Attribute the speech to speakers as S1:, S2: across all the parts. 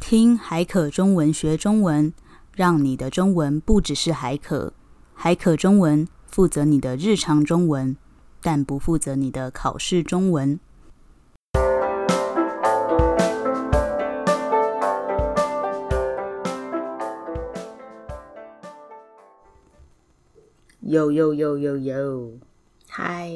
S1: 听海可中文学中文，让你的中文不只是海可。海可中文负责你的日常中文，但不负责你的考试中文。有有有有有，
S2: 嗨，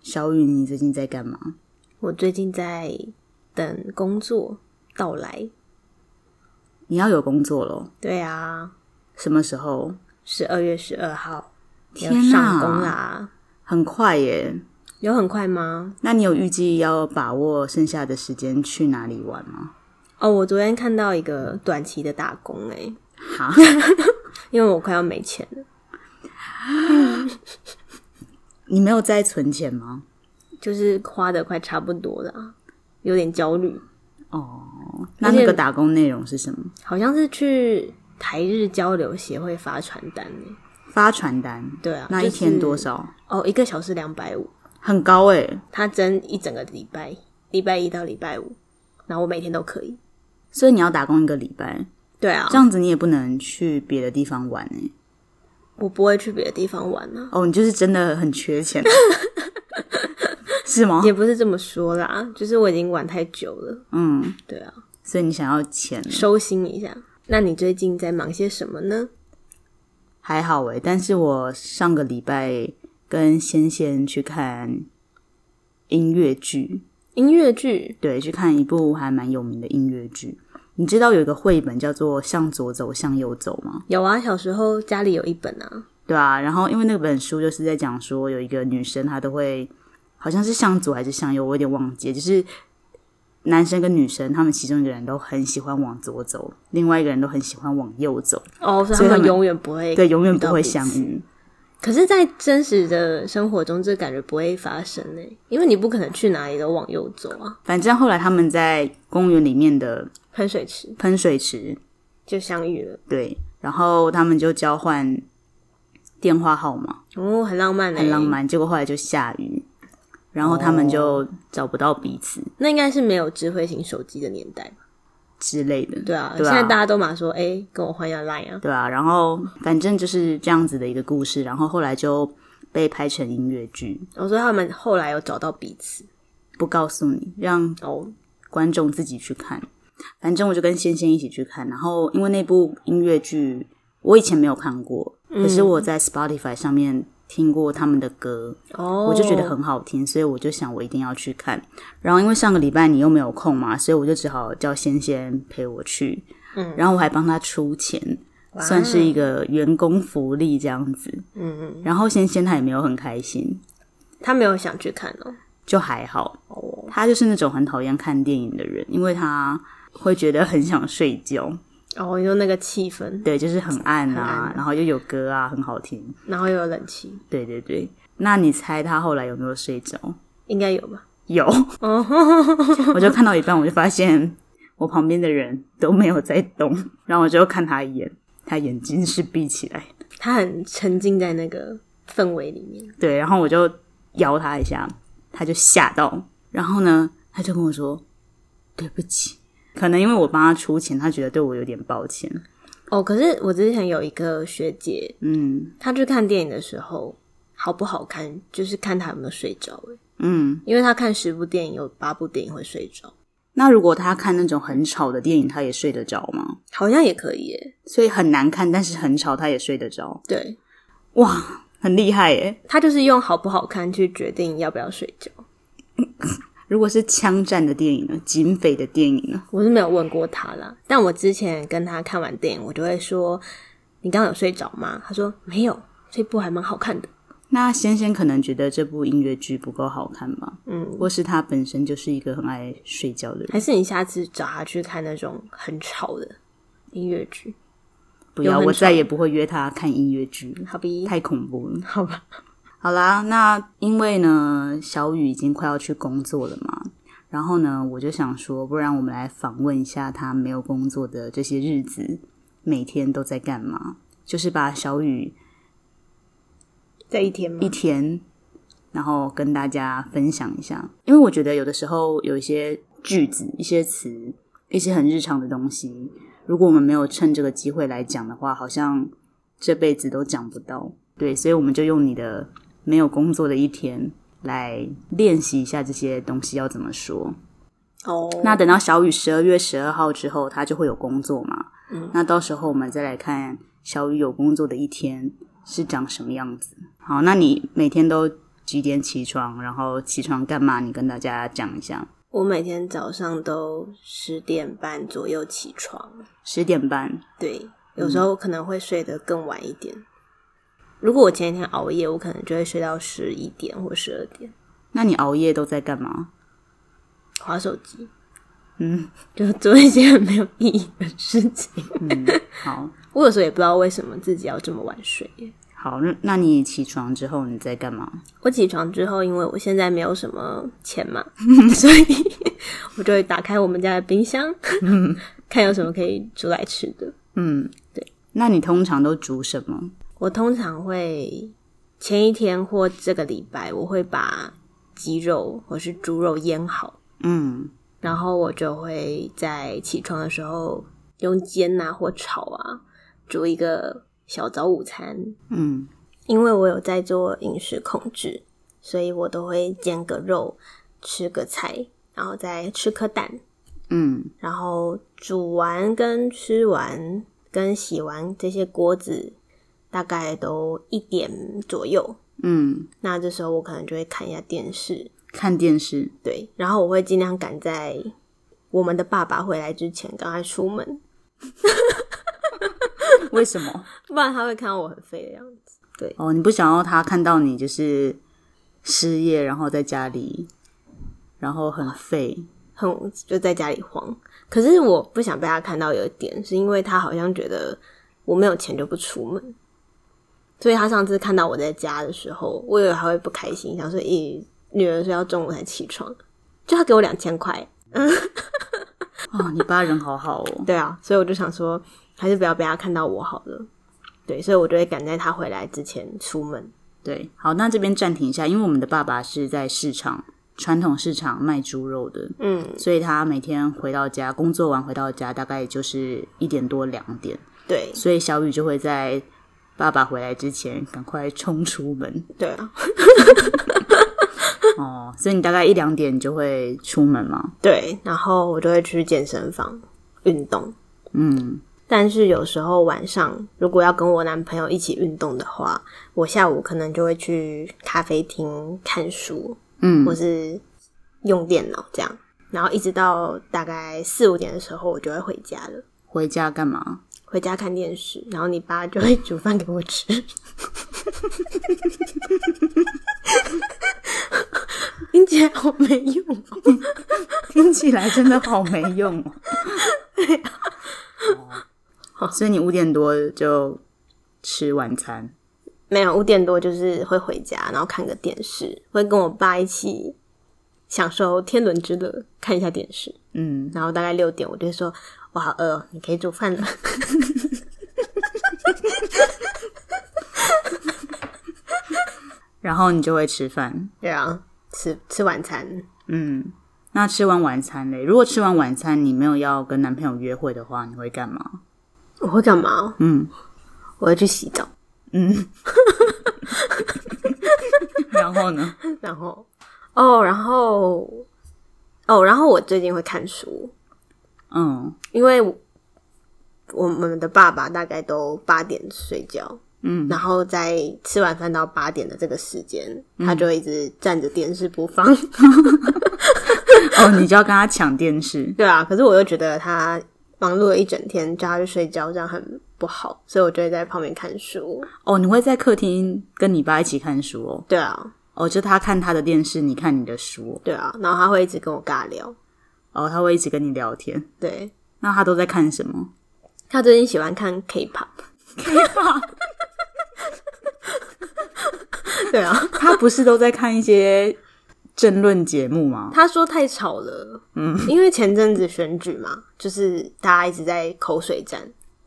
S1: 小雨，你最近在干嘛？
S2: 我最近在等工作到来。
S1: 你要有工作咯？
S2: 对啊，
S1: 什么时候？
S2: 十二月十二号要
S1: 天哪
S2: 上工啦。
S1: 很快耶！
S2: 有很快吗？
S1: 那你有预计要把握剩下的时间去哪里玩吗？
S2: 哦，我昨天看到一个短期的打工哎、
S1: 哈，
S2: 因为我快要没钱了，
S1: 你没有在存钱 吗？
S2: 就是花的快差不多了啊，有点焦虑。
S1: 哦，那那
S2: 而
S1: 个
S2: 且
S1: 打工内容是什么？
S2: 好像是去台日交流协会发传单哎、
S1: 发传单，
S2: 对啊，
S1: 那
S2: 就
S1: 一天
S2: 是
S1: 多少？
S2: 哦，一个小时两百五，
S1: 很高哎、
S2: 他真一整个礼拜，礼拜一到礼拜五，然后我每天都可以。
S1: 所以你要打工一个礼拜，
S2: 对啊
S1: 这，样子你也不能去别的地方玩哎、
S2: 我不会去别的地方玩啊，
S1: 哦，你就是真的很缺 钱，是吗？
S2: 也不是这么说啦，就是我已经玩太久了。
S1: 嗯，
S2: 对啊，
S1: 所以你想要钱
S2: 收心一下。那你最近在忙些什么呢？
S1: 还好哎、但是我上个礼拜跟仙仙去看音乐剧，
S2: 音乐剧
S1: 对，去看一部还蛮有名的音乐剧。你知道有一个绘本叫做《向左走，向右走》吗？
S2: 有啊，小时候家里有一本啊。
S1: 对啊，然后因为那本书就是在讲说，有一个女生她都会，好像是向左还是向右，我有点忘记，就是男生跟女生他们其中一个人都很喜欢往左走，另外一个人都很喜欢往右走，
S2: 哦，所以
S1: 所以
S2: 他
S1: 他们
S2: 们永远不会。
S1: 对，永远不会相遇。
S2: 可是，在真实的生活中，这感觉不会发生呢、因为你不可能去哪里都往右走啊。
S1: 反正后来他们在公园里面的
S2: 喷水池
S1: 喷水池，
S2: 就相遇了，
S1: 对，然后他们就交换电话号码，
S2: 哦，很浪漫、欸，
S1: 很浪。漫。结果后来就下雨，然后他们
S2: 哦
S1: 就找不到彼此
S2: 那应该是没有智慧型手机的年代吧。
S1: 之类的，
S2: 对啊，
S1: 对啊
S2: 现在大家都嘛说，哎、跟我换一下 Line 啊。
S1: 对啊，然后反正就是这样子的一个故事，然后后来就被拍成音乐剧，
S2: 我说哦他们后来有找到彼此
S1: 不告诉你，让
S2: 哦，
S1: 观众自己去看。反正我就跟仙仙一起去看，然后因为那部音乐剧我以前没有看过，
S2: 嗯
S1: 可是我在 Spotify 上面听过他们的歌，
S2: 哦，
S1: 我就觉得很好听，所以我就想我一定要去看。然后因为上个礼拜你又没有空嘛，所以我就只好叫仙仙陪我去，
S2: 嗯
S1: 然后我还帮他出钱，
S2: 哇
S1: 算是一个员工福利这样子。
S2: 嗯嗯，
S1: 然后仙仙她也没有很开心，
S2: 他没有想去看哦，
S1: 就还好。
S2: 哦
S1: 她就是那种很讨厌看电影的人，因为她会觉得很想睡觉。
S2: 哦，你说那个气氛，
S1: 对，就是很暗
S2: 很
S1: 啊，
S2: 暗
S1: 然后又有歌啊，很好听。
S2: 然后又有冷气，
S1: 对对对，那你猜她后来有没有睡着？
S2: 应该有 吧？
S1: 有，
S2: 哦，
S1: 我就看到一半，我就发现我旁边的人都没有在动，然后我就看她一眼，她眼睛是闭起来的。
S2: 他很沉浸在那个氛围里面，
S1: 对，然后我就摇她一下，她就吓到，然后呢，她就跟我说：“对不起。”可能因为我帮她出钱，她觉得对我有点抱歉。
S2: 哦，可是我之前有一个学姐，
S1: 嗯
S2: 她去看电影的时候好不好看，就是看她有没有睡着、欸，
S1: 嗯，
S2: 因为她看十部电影有八部电影会睡着，
S1: 那如果她看那种很吵的电影，她也睡得着吗？
S2: 好像也可以、欸，
S1: 所以很难看，但是很吵，她也睡得着。
S2: 对，
S1: 哇，很厉害耶！
S2: 他就是用好不好看去决定要不要睡觉。
S1: 如果是枪战的电影呢？警匪的电影呢？
S2: 我是没有问过他啦，但我之前跟他看完电影，我就会说：“你刚刚有睡着吗？”他说：“没有，这部还蛮好看的。
S1: 那仙仙可能觉得这部音乐剧不够好看吧，”
S2: 嗯，
S1: 或是她本身就是一个很爱睡觉的人，
S2: 还是你下次找他去看那种很吵的音乐剧，
S1: 不要，
S2: 有很
S1: 我再
S2: 吵
S1: 也不会约她看音乐剧了，
S2: 好比
S1: 太恐怖了。
S2: 好吧？
S1: 好啦，那因为呢，小雨已经快要去工作了嘛，然后呢，我就想说，不然我们来访问一下他没有工作的这些日子，每天都在干嘛？就是把小雨
S2: 在一天吗
S1: 一？天，然后跟大家分享一下，因为我觉得有的时候有一些句子、一些词，一些很日常的东西，如果我们没有趁这个机会来讲的话，好像这辈子都讲不到。对，所以我们就用你的没有工作的一天来练习一下这些东西要怎么说。
S2: 哦，
S1: 那等到小雨十二月十二号之后，他就会有工作嘛？
S2: 嗯
S1: 那到时候我们再来看小雨有工作的一天是长什么样子。好，那你每天都几点起床？然后起床干嘛？你跟大家讲一下。
S2: 我每天早上都十点半左右起床，
S1: 十点半，
S2: 对，有时候可能会睡得更晚一点。如果我前一天熬夜，我可能就会睡到十一点或十二点，
S1: 那你熬夜都在干嘛？
S2: 划手机，
S1: 嗯
S2: 就做一些很没有意义的事情。
S1: 嗯，好
S2: 我有时候也不知道为什么自己要这么晚睡耶。
S1: 好，那那你起床之后你在干嘛？
S2: 我起床之后，因为我现在没有什么钱嘛， 所以我就会打开我们家的冰箱， 看有什么可以煮来吃的。
S1: 嗯，
S2: 对。
S1: 那你通常都煮什么？
S2: 我通常会前一天或这个礼拜，我会把鸡肉或是猪肉腌好，
S1: 嗯
S2: 然后我就会在起床的时候用煎啊或炒啊煮一个小早午餐。
S1: 嗯
S2: 因为我有在做饮食控制，所以我都会煎个肉，吃个菜，然后再吃颗蛋，
S1: 嗯
S2: 然后煮完跟吃完跟洗完这些锅子，大概都一点左右。
S1: 嗯，
S2: 那这时候我可能就会看一下电视，
S1: 看电视。
S2: 对，然后我会尽量赶在我们的爸爸回来之前赶快出门，
S1: 为什么？
S2: 不然他会看到我很废的样子。对，
S1: 哦，你不想要他看到你就是失业，然后在家里，然后很废。
S2: 很就在家里晃。可是我不想被他看到有一点，是因为他好像觉得我没有钱就不出门，所以他上次看到我在家的时候，我以为他会不开心，想说：“咦、女人睡到中午才起床。”就他给我两千块，
S1: 哦，你爸人好好哦。
S2: 对啊，所以我就想说，还是不要被他看到我好了。对，所以我就会赶在他回来之前出门。
S1: 对，好，那这边暂停一下，因为我们的爸爸是在市场传统市场卖猪肉的，
S2: 嗯，
S1: 所以他每天回到家，工作完回到家大概也就是一点多两点，
S2: 对
S1: 所以小雨就会在爸爸回来之前赶快冲出门。
S2: 对啊，
S1: 哦，所以你大概一两点你就会出门吗？
S2: 对，然后我就会去健身房运动。
S1: 嗯
S2: 但是有时候晚上如果要跟我男朋友一起运动的话，我下午可能就会去咖啡厅看书，
S1: 嗯
S2: 或是用电脑这样，然后一直到大概四五点的时候，我就会回家了。
S1: 回家干嘛？
S2: 回家看电视，然后你爸就会煮饭给我吃。听起来好没用哦，
S1: 听起来真的好没用哦。 哦所以你五点多就吃晚餐，
S2: 没有五点多就是会回家，然后看个电视，会跟我爸一起享受天伦之乐，看一下电视。
S1: 嗯，
S2: 然后大概六点，我就说我好饿哦，你可以煮 饭了。
S1: 然后你就会吃饭，
S2: 对啊，吃吃晚餐。
S1: 嗯。那吃完晚餐嘞？如果吃完晚餐你没有要跟男朋友约会的话，你会干嘛？
S2: 我会干嘛？
S1: 嗯
S2: 我会去洗澡，
S1: 嗯。 然后呢？
S2: 然后哦，然后哦，然后我最近会看书，
S1: 嗯
S2: 因为我我们的爸爸大概都八点睡觉，
S1: 嗯
S2: 然后在吃完饭到八点的这个时间，他就会一直站着电视不放。
S1: 哦，你就要跟他抢电视。
S2: 对啊，可是我又觉得他忙碌了一整天，叫他去睡觉，这样很不好，所以我就会在旁边看书。
S1: 哦，你会在客厅跟你爸一起看书哦。
S2: 对啊，
S1: 哦，就他看他的电视，你看你的书哦。
S2: 对啊，然后他会一直跟我尬聊。
S1: 哦，他会一直跟你聊天。
S2: 对
S1: 那他都在看什么？
S2: 他最近喜欢看 K-pop，对啊，
S1: 他不是都在看一些政论节目吗？
S2: 他说太吵了，嗯，因为前阵子选举嘛，就是大家一直在口水战，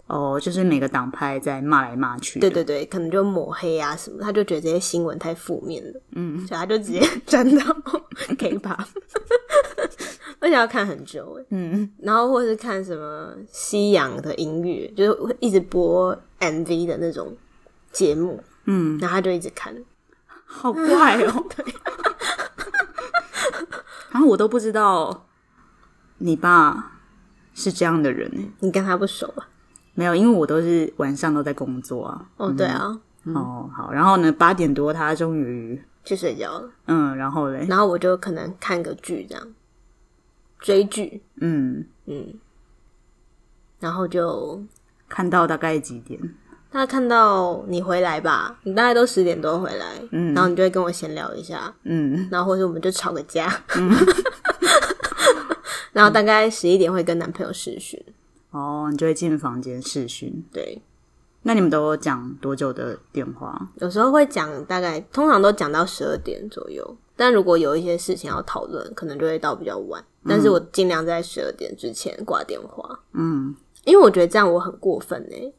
S1: 哦，就是每个党派在骂来骂去。
S2: 对，对对，可能就抹黑啊什么，他就觉得这些新闻 太负面了，嗯，所以他就直接转到 K-pop，而且要看很久哎，
S1: 嗯，
S2: 然后或是看什么西洋的音乐，就是会一直播 MV 的那种节目，
S1: 嗯，
S2: 然后他就一直看，
S1: 好怪 哦。 然后我都不知道你爸是这样的人欸，
S2: 你跟他不熟吧？
S1: 没有，因为我都是晚上都在工作啊。
S2: 哦，对啊，
S1: 哦，好，然后呢，八点多他终于，
S2: 去睡觉了，
S1: 嗯，然后嘞，
S2: 然后我就可能看个剧这样，追剧，
S1: 嗯，
S2: 嗯，然后就
S1: 看到大概几点？
S2: 大概看到你回来吧，你大概都十点多回来，嗯，然后你就会跟我闲聊一下，
S1: 嗯，
S2: 然后或者我们就吵个架， 然后大概十一点会跟男朋友视讯，
S1: 哦，你就会进房间试训。
S2: 对，
S1: 那你们都讲多久的电话？
S2: 有时候会讲大概，通常都讲到十二点左右，但如果有一些事情要讨论，可能就会到比较晚，但是我尽量在十二点之前挂电话，
S1: 嗯，
S2: 因为我觉得这样我很过分哎、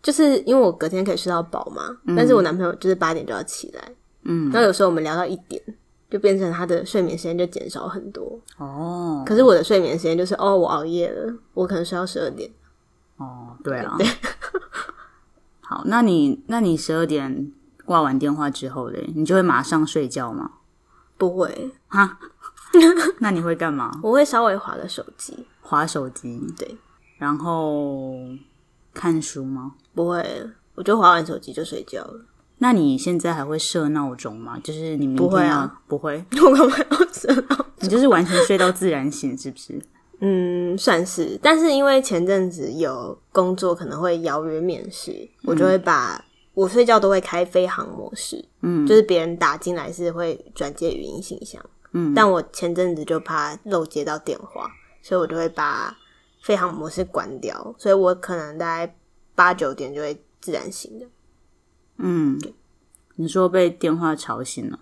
S2: 就是因为我隔天可以睡到饱嘛，但是我男朋友就是八点就要起来，
S1: 嗯，
S2: 然后有时候我们聊到一点，就变成他的睡眠时间就减少很多，
S1: 哦，
S2: 可是我的睡眠时间就是哦，我熬夜了，我可能睡到十二点，
S1: 哦，对啊。 好，那你那你十二点挂完电话之后嘞，你就会马上睡觉吗？
S2: 不会，
S1: 哈， 那你会干嘛？
S2: 我会稍微划个手机，
S1: 划手机，
S2: 对，
S1: 然后看书吗？
S2: 不会，我就划完手机就睡觉了，
S1: 那你现在还会设闹钟吗？就是你明天
S2: 不会啊
S1: 要，不会，
S2: 我干嘛要睡到？
S1: 你就是完全睡到自然醒，是不是？
S2: 嗯，算是，但是因为前阵子有工作可能会邀约面试，我就会把我睡觉都会开飞行模式，
S1: 嗯
S2: 就是别人打进来是会转接语音信箱，
S1: 嗯
S2: 但我前阵子就怕漏接到电话，所以我就会把飞行模式关掉，所以我可能大概八九点就会自然醒的，
S1: 嗯，你说被电话吵醒了，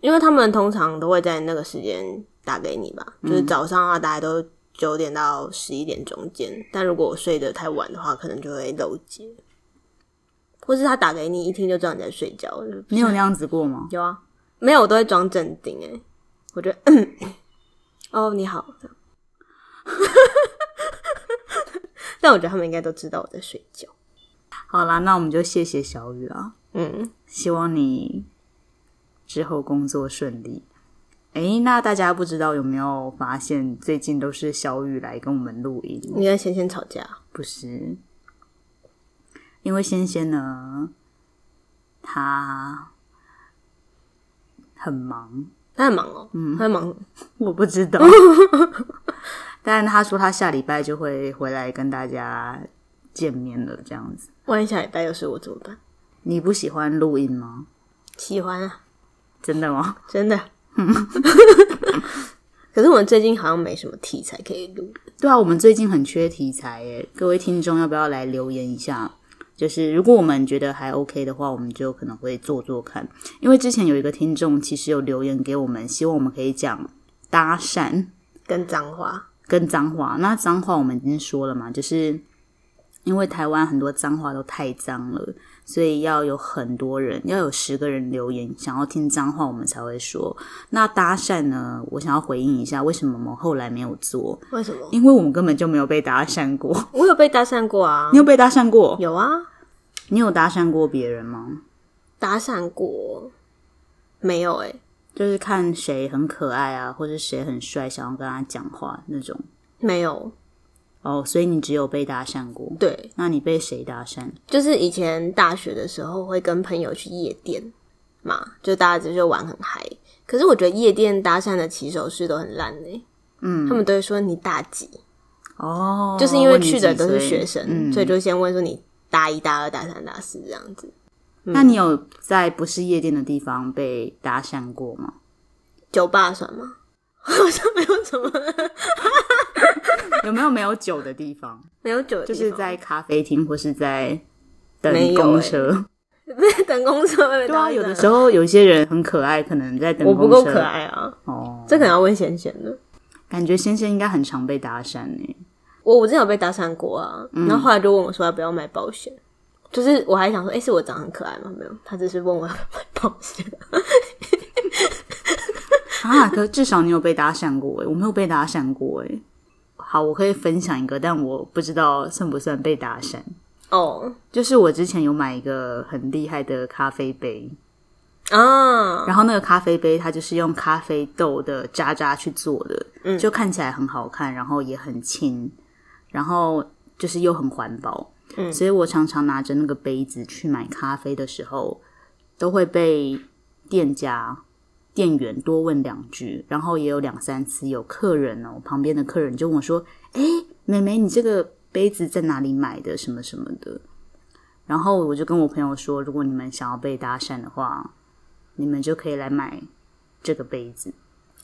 S2: 因为他们通常都会在那个时间打给你吧，就是早上的话大概都九点到十一点中间，但如果我睡得太晚的话，可能就会漏接，或是他打给你一听就知道你在睡觉，我就
S1: 你有那样子过吗？
S2: 有啊，没有我都会装镇定哎、我觉得 嗯，哦你好，这样 但我觉得他们应该都知道我在睡觉，
S1: 好啦，那我们就谢谢小雨啦，
S2: 嗯，
S1: 希望你之后工作顺利。诶，那大家不知道有没有发现，最近都是小雨来跟我们录音，
S2: 你跟贤贤吵架，
S1: 不是？因为仙仙呢，她很忙，
S2: 他很忙哦，嗯，他很忙，
S1: 我不知道，但他说他下礼拜就会回来跟大家见面了，这样子。
S2: 万一下礼拜又是我怎么办？
S1: 你不喜欢录音吗？
S2: 喜欢啊。
S1: 真的吗？
S2: 真的。可是我们最近好像没什么题材可以录，
S1: 对啊，我们最近很缺题材耶，各位听众要不要来留言一下？就是如果我们觉得还 OK 的话，我们就可能会做做看。因为之前有一个听众其实有留言给我们，希望我们可以讲搭讪
S2: 跟脏话，
S1: 跟脏话。那脏话我们已经说了嘛，就是因为台湾很多脏话都太脏了，所以要有很多人，要有十个人留言想要听脏话，我们才会说。那搭讪呢，我想要回应一下，为什么我们后来没有做？
S2: 为什么？
S1: 因为我们根本就没有被搭讪过。
S2: 我有被搭讪过啊
S1: 你，有被搭讪过？
S2: 有啊，
S1: 你有搭讪过别人吗？
S2: 搭讪过，没有哎、
S1: 就是看谁很可爱啊，或者谁很帅，想要跟他讲话那种。
S2: 没有。
S1: 哦，所以你只有被搭讪过。
S2: 对，
S1: 那你被谁搭讪？
S2: 就是以前大学的时候会跟朋友去夜店嘛，就大家就玩很嗨。可是我觉得夜店搭讪的起手式都很烂哎、
S1: 嗯
S2: 他们都会说你大几，
S1: 哦，
S2: 就是因为
S1: 你
S2: 去的
S1: 几
S2: 都是
S1: 岁
S2: 学生，
S1: 嗯，
S2: 所以就先问说你大一、大二、大三、大四这样子。
S1: 那你有在不是夜店的地方被搭讪过吗？
S2: 酒吧算吗？ 好像没有什么，
S1: 有没有没有酒的地 方？
S2: 没有酒的地
S1: 就
S2: 方，
S1: 是 在咖啡厅或是在等
S2: 没有
S1: 公
S2: 欸
S1: 车。
S2: 等公车会被
S1: 对啊，
S2: 搭讪
S1: 有的时候有一些人很可爱，可能在等
S2: 我
S1: 公车。
S2: 不够可爱啊，
S1: 哦，
S2: 这可能要问贤贤的。
S1: 感觉先生应该很常被搭讪欸诶、
S2: 我我之前有被搭讪过啊，
S1: 嗯
S2: 然后后来就问我说要不要买保险，就是我还想说，哎、是我长得很可爱吗？没有，他只是问我要不要买保险。
S1: 啊，可至少你有被搭讪过诶，欸我没有被搭讪过诶。好，我可以分享一个，但我不知道算不算被搭讪。
S2: 哦
S1: 就是我之前有买一个很厉害的咖啡杯，
S2: 啊，
S1: 然后那个咖啡杯它就是用咖啡豆的渣渣去做的，嗯，就看起来很好看，然后也很轻，然后就是又很环保，嗯，所以我常常拿着那个杯子去买咖啡的时候，都会被店家。店员多问两句，然后也有两三次有客人哦，旁边的客人就问我说：“哎，妹妹，你这个杯子在哪里买的？什么什么的。”然后我就跟我朋友说，如果你们想要被搭讪的话，你们就可以来买这个杯子，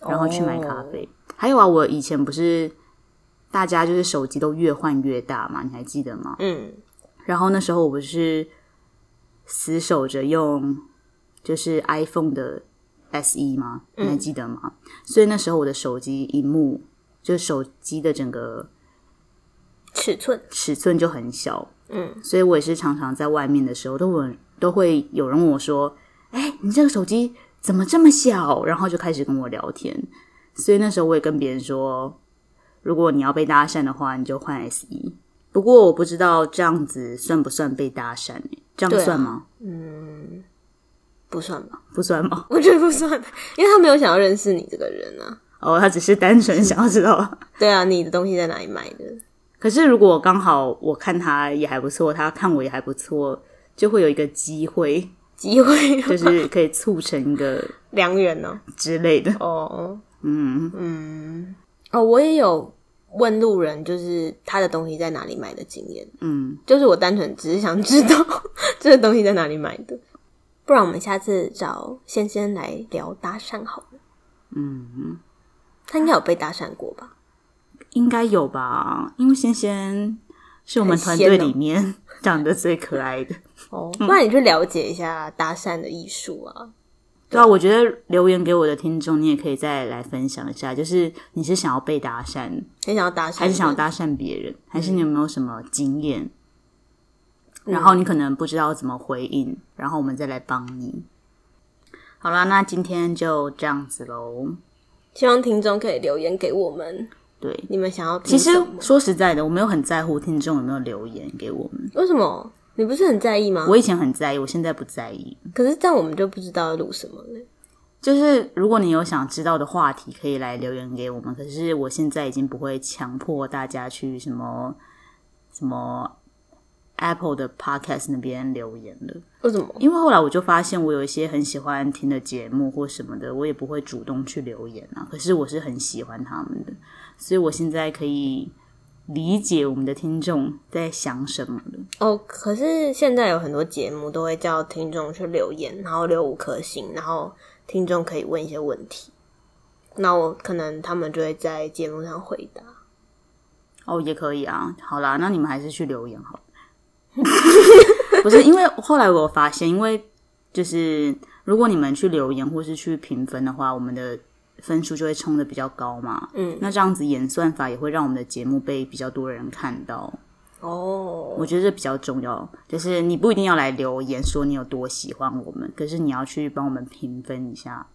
S1: 然后去买咖啡。还有啊，我以前不是大家就是手机都越换越大嘛，你还记得吗？
S2: 嗯，
S1: 然后那时候我不是死守着用就是 iPhone 的 SE 吗？你还记得吗？所以那时候我的手机荧幕就是手机的整个
S2: 尺寸
S1: 尺寸就很小，
S2: 嗯，
S1: 所以我也是常常在外面的时候，都问都会有人问我说：“哎、你这个手机怎么这么小？”然后就开始跟我聊天。所以那时候我也跟别人说，如果你要被搭讪的话，你就换 S 一。不过我不知道这样子算不算被搭讪、欸，这样
S2: 对啊
S1: 算吗？
S2: 不算吧？
S1: 不算吗？
S2: 我觉得不算，因为他没有想要认识你这个人啊。
S1: 哦，他只是单纯想要知道。
S2: 对啊，你的东西在哪里买的？
S1: 可是如果刚好我看他也还不错，他看我也还不错，就会有一个机会，
S2: 机会
S1: 就是可以促成一个
S2: 良缘哦。
S1: 之类的。
S2: 哦
S1: 嗯，
S2: 哦，我也有问路人，就是他的东西在哪里买的经验。
S1: 嗯，
S2: 就是我单纯只是想知道 这个东西在哪里买的。不然我们下次找先先来聊搭讪好了。嗯，他应该有被搭讪过吧？
S1: 应该有吧，因为仙仙是我们团队里面 长得最可爱的。
S2: 哦，不然你去了解一下搭讪的艺术啊。
S1: 对啊，我觉得留言给我的听众，你也可以再来分享一下，就是你是想要被搭讪，
S2: 很想要搭讪，
S1: 还是想要搭讪别
S2: 嗯
S1: 人，还是你有没有什么经验？
S2: 嗯
S1: 然后你可能不知道怎么回应，然后我们再来帮你。好啦，那今天就这样子喽。
S2: 希望听众可以留言给我们，
S1: 对，
S2: 你们想要
S1: 其
S2: 听
S1: 实
S2: 什么
S1: 说实在的，我没有很在乎听众有没有留言给我们。
S2: 为什么你不是很在意吗？
S1: 我以前很在意，我现在不在意。
S2: 可是这样我们就不知道要录什么了。
S1: 就是如果你有想知道的话题，可以来留言给我们。可是我现在已经不会强迫大家去什么什么 Apple 的 Podcast 那边留言了，
S2: 为什么？
S1: 因为后来我就发现我有一些很喜欢听的节目或什么的，我也不会主动去留言啊。可是我是很喜欢他们的，所以我现在可以理解我们的听众在想什么了。
S2: 哦，可是现在有很多节目都会叫听众去留言，然后留五颗星，然后听众可以问一些问题。那我可能他们就会在节目上回答。
S1: 哦，也可以啊。好啦，那你们还是去留言好了。 不是，因为后来我有发现，因为就是如果你们去留言或是去评分的话，我们的分数就会冲的比较高嘛。嗯，那这样子演算法也会让我们的节目被比较多人看到。
S2: 哦，
S1: 我觉得这比较重要，就是你不一定要来留言说你有多喜欢我们，可是你要去帮我们评分一下，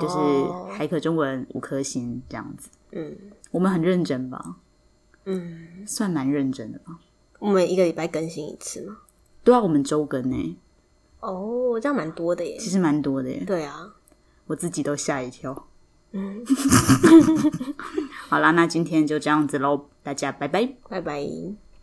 S2: 就
S1: 就是海可中文五颗星这样子。
S2: 哦嗯
S1: 我们很认真吧？
S2: 嗯，
S1: 算蛮认真的吧。
S2: 我们一个礼拜更新一次嘛。
S1: 对啊，我们周更呢、
S2: 哦，这样蛮多的耶
S1: 其。实蛮多的耶，
S2: 对啊，
S1: 我自己都吓一跳。
S2: 嗯
S1: 好啦，那今天就这样子喽，大家拜拜。
S2: 拜拜。